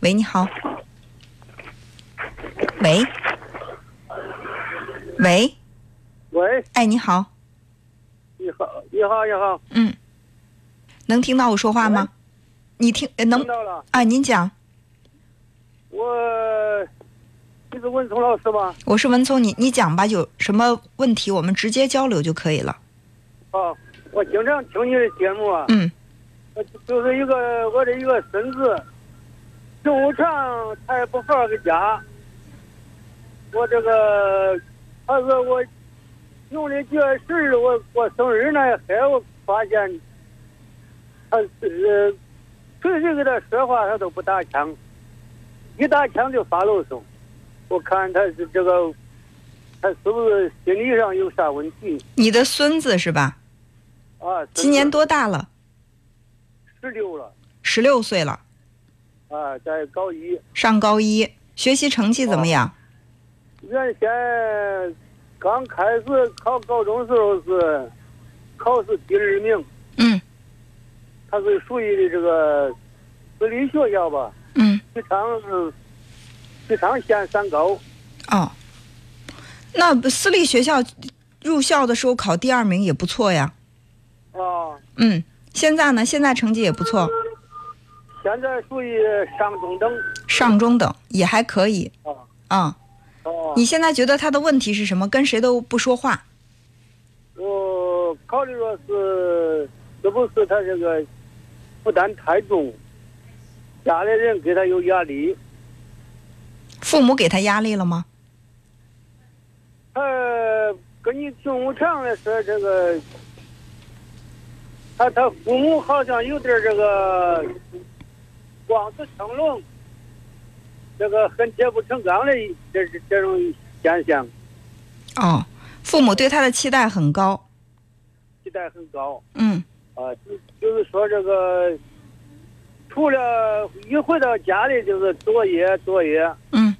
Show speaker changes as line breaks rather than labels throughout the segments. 喂，你好。喂，喂，
喂，
哎，你好，
你好，你好，你好，
嗯，能听到我说话吗？你听呃能
听到了。
啊？您讲，
我，你是文聪老师吗？
我是文聪，你你讲吧，有什么问题我们直接交流就可以了。
啊，我经常听你的节目啊。
嗯
我就是一个我的一个孙子，经常他也不放个假。我这个，他说我农历九月十日我过生日那一天，我发现他呃，谁谁跟他说话他都不打枪，一打枪就发牢骚。我看他是这个，他是不是心理上有啥问题
你的孙子是吧？
啊？
今年多大了？
十六了
十六岁了，
啊，在高一。
上高一，学习成绩怎么样？
原先刚开始考高中时候是考试第二名，
嗯
它是属于这个私立学校吧，呃
嗯
许昌是许昌县三高。
哦，那不私立学校入校的时候考第二名也不错呀。
啊，
嗯，现在呢？现在成绩也不错，
现在属于上中等。
上中等也还可以
啊
啊、
啊，
你现在觉得他的问题是什么？跟谁都不说话。
我考虑说是是不是他这个负担太重，家里人给他有压力。
父母给他压力了吗？
他跟你听我唱的说这个，他他父母好像有点这个望子成龙，这个恨铁不成钢的这这这种现象，
哦，父母对他的期待很高。
期待很高
嗯
啊。就就是说这个，除了一回到家里就是作业作业，
嗯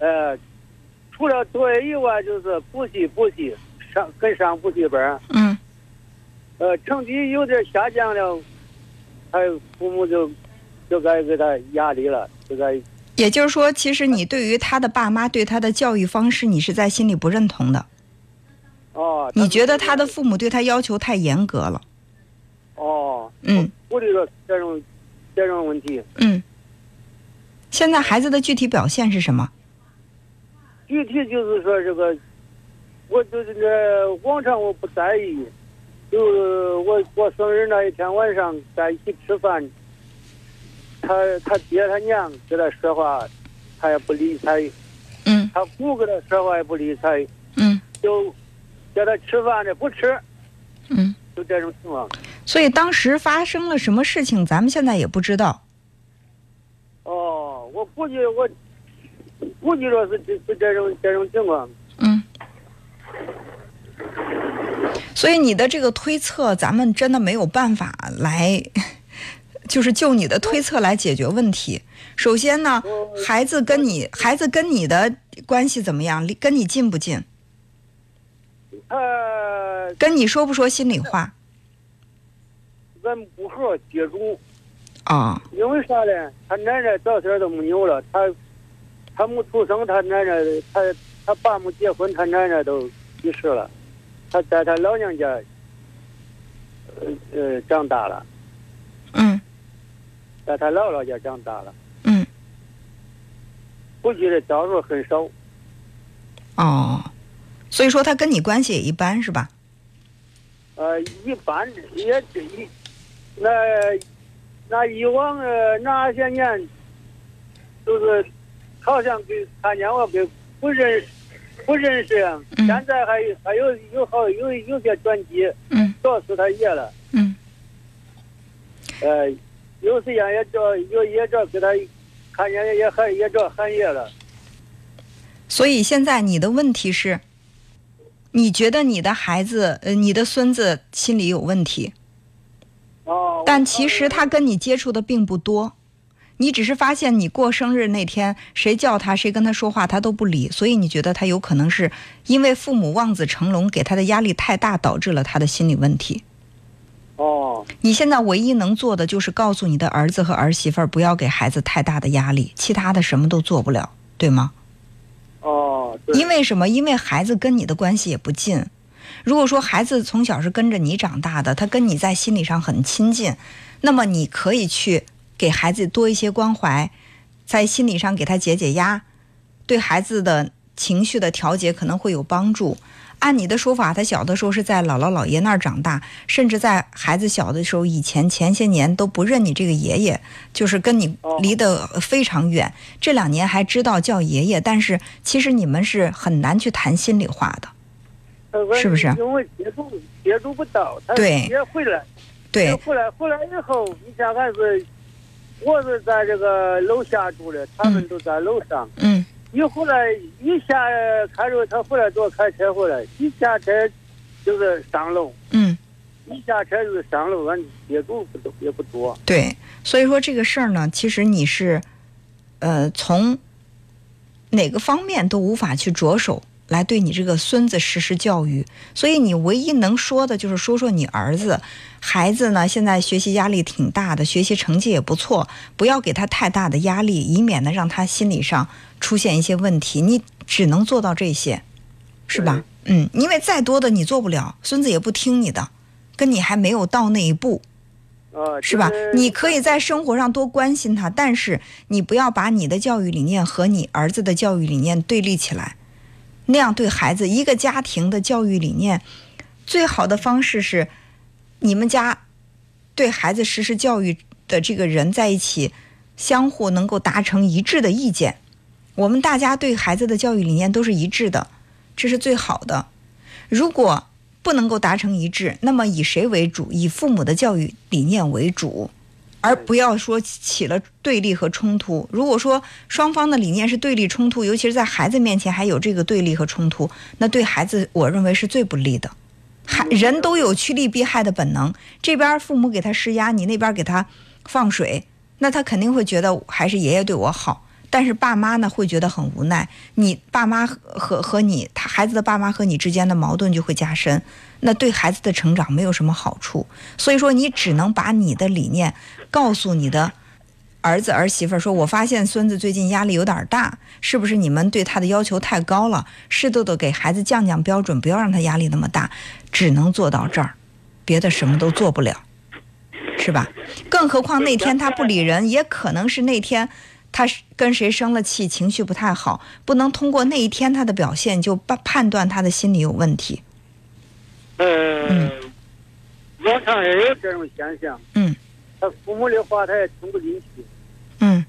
呃，除了作业以外就是补习补习，上跟上补习班儿。
嗯，
呃，成绩有点下降了，他父母就就该给他压力了，就该
也就是说，其实你对于他的爸妈对他的教育方式，你是在心里不认同的。
哦。
你觉得他的父母对他要求太严格了？
哦，
嗯
我就说这种这种问题，
嗯。现在孩子的具体表现是什么？
具体就是说这个，我就是这往常我不在意，就是我过生日那一天晚上在一起吃饭，他他爹他娘跟他说话，他也不理睬，
嗯
他姑跟他说话也不理睬，
嗯
就叫他吃饭的不吃。
嗯。
就这种情况。
所以当时发生了什么事情，咱们现在也不知道。
哦，我估计我估计说是这是这种这种情况。
嗯，所以你的这个推测，咱们真的没有办法来， 就是就你的推测来解决问题。首先呢，
我
孩子跟你孩子跟你的关系怎么样？离跟你近不近？
他
跟你说不说心里话
咱不好接触，
啊、
因为啥呢？他奶奶早点都没有了，他他没出生，他奶奶他他爸没结婚，他奶奶都去世了，他在他老娘家呃呃长大了，
嗯
在他姥姥家长大了，
嗯，
估计的招数很少。
哦，所以说他跟你关系也一般是吧？
呃，一般也只一，那那以往呃那些年，就是好像给看见我给不认识不认识，啊
嗯
现在还有还有有好有有些转机
嗯
告诉他爷了，
嗯
呃，有时间也叫有也叫给他看见也喊也叫喊爷了，
所以现在你的问题是，你觉得你的孩子呃你的孙子心理有问题？
哦，
但其实他跟你接触的并不多，你只是发现你过生日那天，谁叫他，谁跟他说话，他都不理，所以你觉得他有可能是因为父母望子成龙给他的压力太大，导致了他的心理问题。
哦，
你现在唯一能做的就是告诉你的儿子和儿媳妇儿不要给孩子太大的压力，其他的什么都做不了，对吗？
哦，对，
因为什么？因为孩子跟你的关系也不近。如果说孩子从小是跟着你长大的，他跟你在心理上很亲近，那么你可以去给孩子多一些关怀，在心理上给他解解压，对孩子的情绪的调节可能会有帮助。按你的说法，他小的时候是在姥姥姥爷那儿长大，甚至在孩子小的时候，以前前些年都不认你这个爷爷，就是跟你
哦
离得非常远。这两年还知道叫爷爷，但是其实你们是很难去谈心里话的。
呃我
是不是
因为接触接触不到，他
对
也回来，
对
也，回来回来以后，你像俺是，我是在这个楼下住的，他们
嗯
都在楼上。
嗯，
一回来一下开着他回来给我开车回来，一下车就是上楼，
嗯。
一下车就是上楼，俺接触不多也不多。
对，所以说这个事儿呢，其实你是，呃，从哪个方面都无法去着手来对你这个孙子实施教育，所以你唯一能说的就是说说你儿子，孩子呢现在学习压力挺大的，学习成绩也不错，不要给他太大的压力，以免呢让他心理上出现一些问题。你只能做到这些，是吧？嗯，因为再多的你做不了，孙子也不听你的，跟你还没有到那一步。
呃，
是吧
就？
你可以在生活上多关心他，但是你不要把你的教育理念和你儿子的教育理念对立起来，那样对孩子一个家庭的教育理念，最好的方式是，你们家对孩子实施教育的这个人在一起，相互能够达成一致的意见。我们大家对孩子的教育理念都是一致的，这是最好的。如果不能够达成一致，那么以谁为主？以父母的教育理念为主，而不要说起了对立和冲突。如果说双方的理念是对立冲突，尤其是在孩子面前还有这个对立和冲突，那对孩子我认为是最不利的。还人都有趋利避害的本能，这边父母给他施压，你那边给他放水，那他肯定会觉得还是爷爷对我好。但是爸妈呢会觉得很无奈，你爸妈和和和你他孩子的爸妈和你之间的矛盾就会加深，那对孩子的成长没有什么好处。所以说，你只能把你的理念告诉你的儿子儿媳妇儿，说我发现孙子最近压力有点儿大，是不是你们对他的要求太高了？适度的给孩子降降标准，不要让他压力那么大，只能做到这儿，别的什么都做不了，是吧？更何况那天他不理人，也可能是那天。他是跟谁生了气，情绪不太好，不能通过那一天他的表现就判判断他的心理有问题。
呃
嗯，
网上也有这种现象。
嗯。
他父母的话他也听不进去，
嗯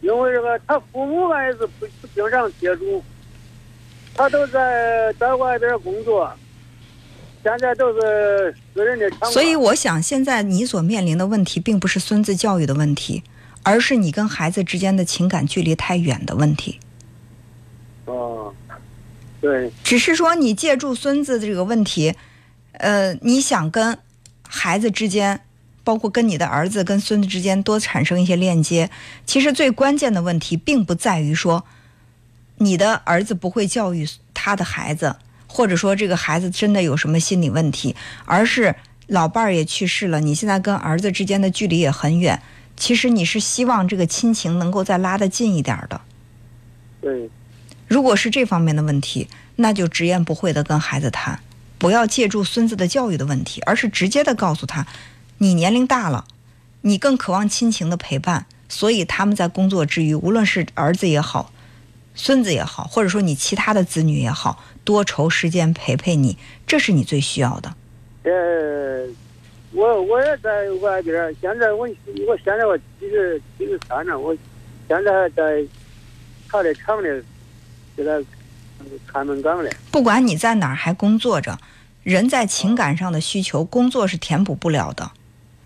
因为这个他父母俺也是不不经常接触，他都在在外边工作，现在都是私人的场馆。
所以我想，现在你所面临的问题，并不是孙子教育的问题，而是你跟孩子之间的情感距离太远的问题。
哦，对，
只是说你借助孙子这个问题，呃，你想跟孩子之间，包括跟你的儿子、跟孙子之间多产生一些链接。其实最关键的问题，并不在于说你的儿子不会教育他的孩子，或者说这个孩子真的有什么心理问题，而是老伴儿也去世了，你现在跟儿子之间的距离也很远。其实你是希望这个亲情能够再拉得近一点儿的。
对，
如果是这方面的问题，那就直言不讳的跟孩子谈，不要借助孙子的教育的问题，而是直接的告诉他，你年龄大了，你更渴望亲情的陪伴，所以他们在工作之余，无论是儿子也好，孙子也好，或者说你其他的子女也好，多抽时间陪陪你，这是你最需要的。
呃，我我也在外边儿，现在我我现在我七十七十三了，我现在还在他的厂里给他呃看门岗嘞。
不管你在哪儿还工作着，人在情感上的需求，工作是填补不了的。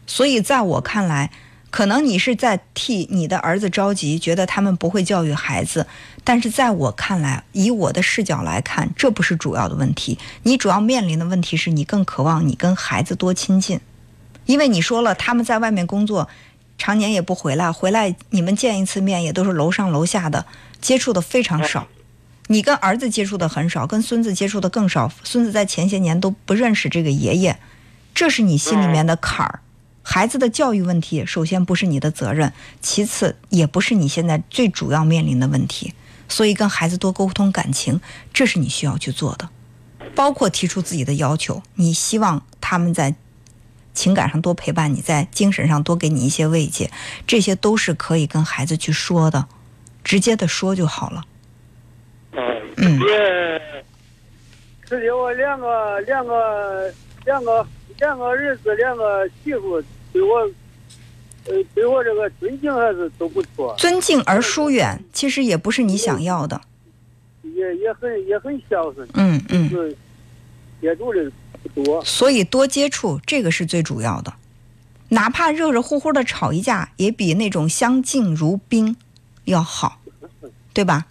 所以在我看来，可能你是在替你的儿子着急，觉得他们不会教育孩子，但是在我看来，以我的视角来看，这不是主要的问题。你主要面临的问题是你更渴望你跟孩子多亲近，因为你说了他们在外面工作，常年也不回来，回来你们见一次面也都是楼上楼下的，接触的非常少。你跟儿子接触的很少，跟孙子接触的更少。孙子在前些年都不认识这个爷爷，这是你心里面的坎儿。孩子的教育问题，首先不是你的责任，其次也不是你现在最主要面临的问题。所以跟孩子多沟通感情，这是你需要去做的，包括提出自己的要求。你希望他们在情感上多陪伴你，在精神上多给你一些慰藉，这些都是可以跟孩子去说的，直接的说就好了。
嗯，自己我两个两个两个两个儿子两个媳妇对我，呃，对我这个尊敬还是都不错，
尊敬而疏远，其实也不是你想要的。
也也很也很孝顺，
嗯嗯，
是接触的不多。
所以多接触这个是最主要的，哪怕热热乎乎的吵一架，也比那种相敬如宾要好，对吧？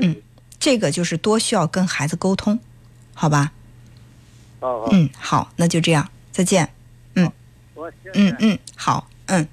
嗯，这个就是多需要跟孩子沟通，好吧？
好好，
嗯嗯，好，那就这样，再见。
我谢谢。
嗯嗯，好，嗯。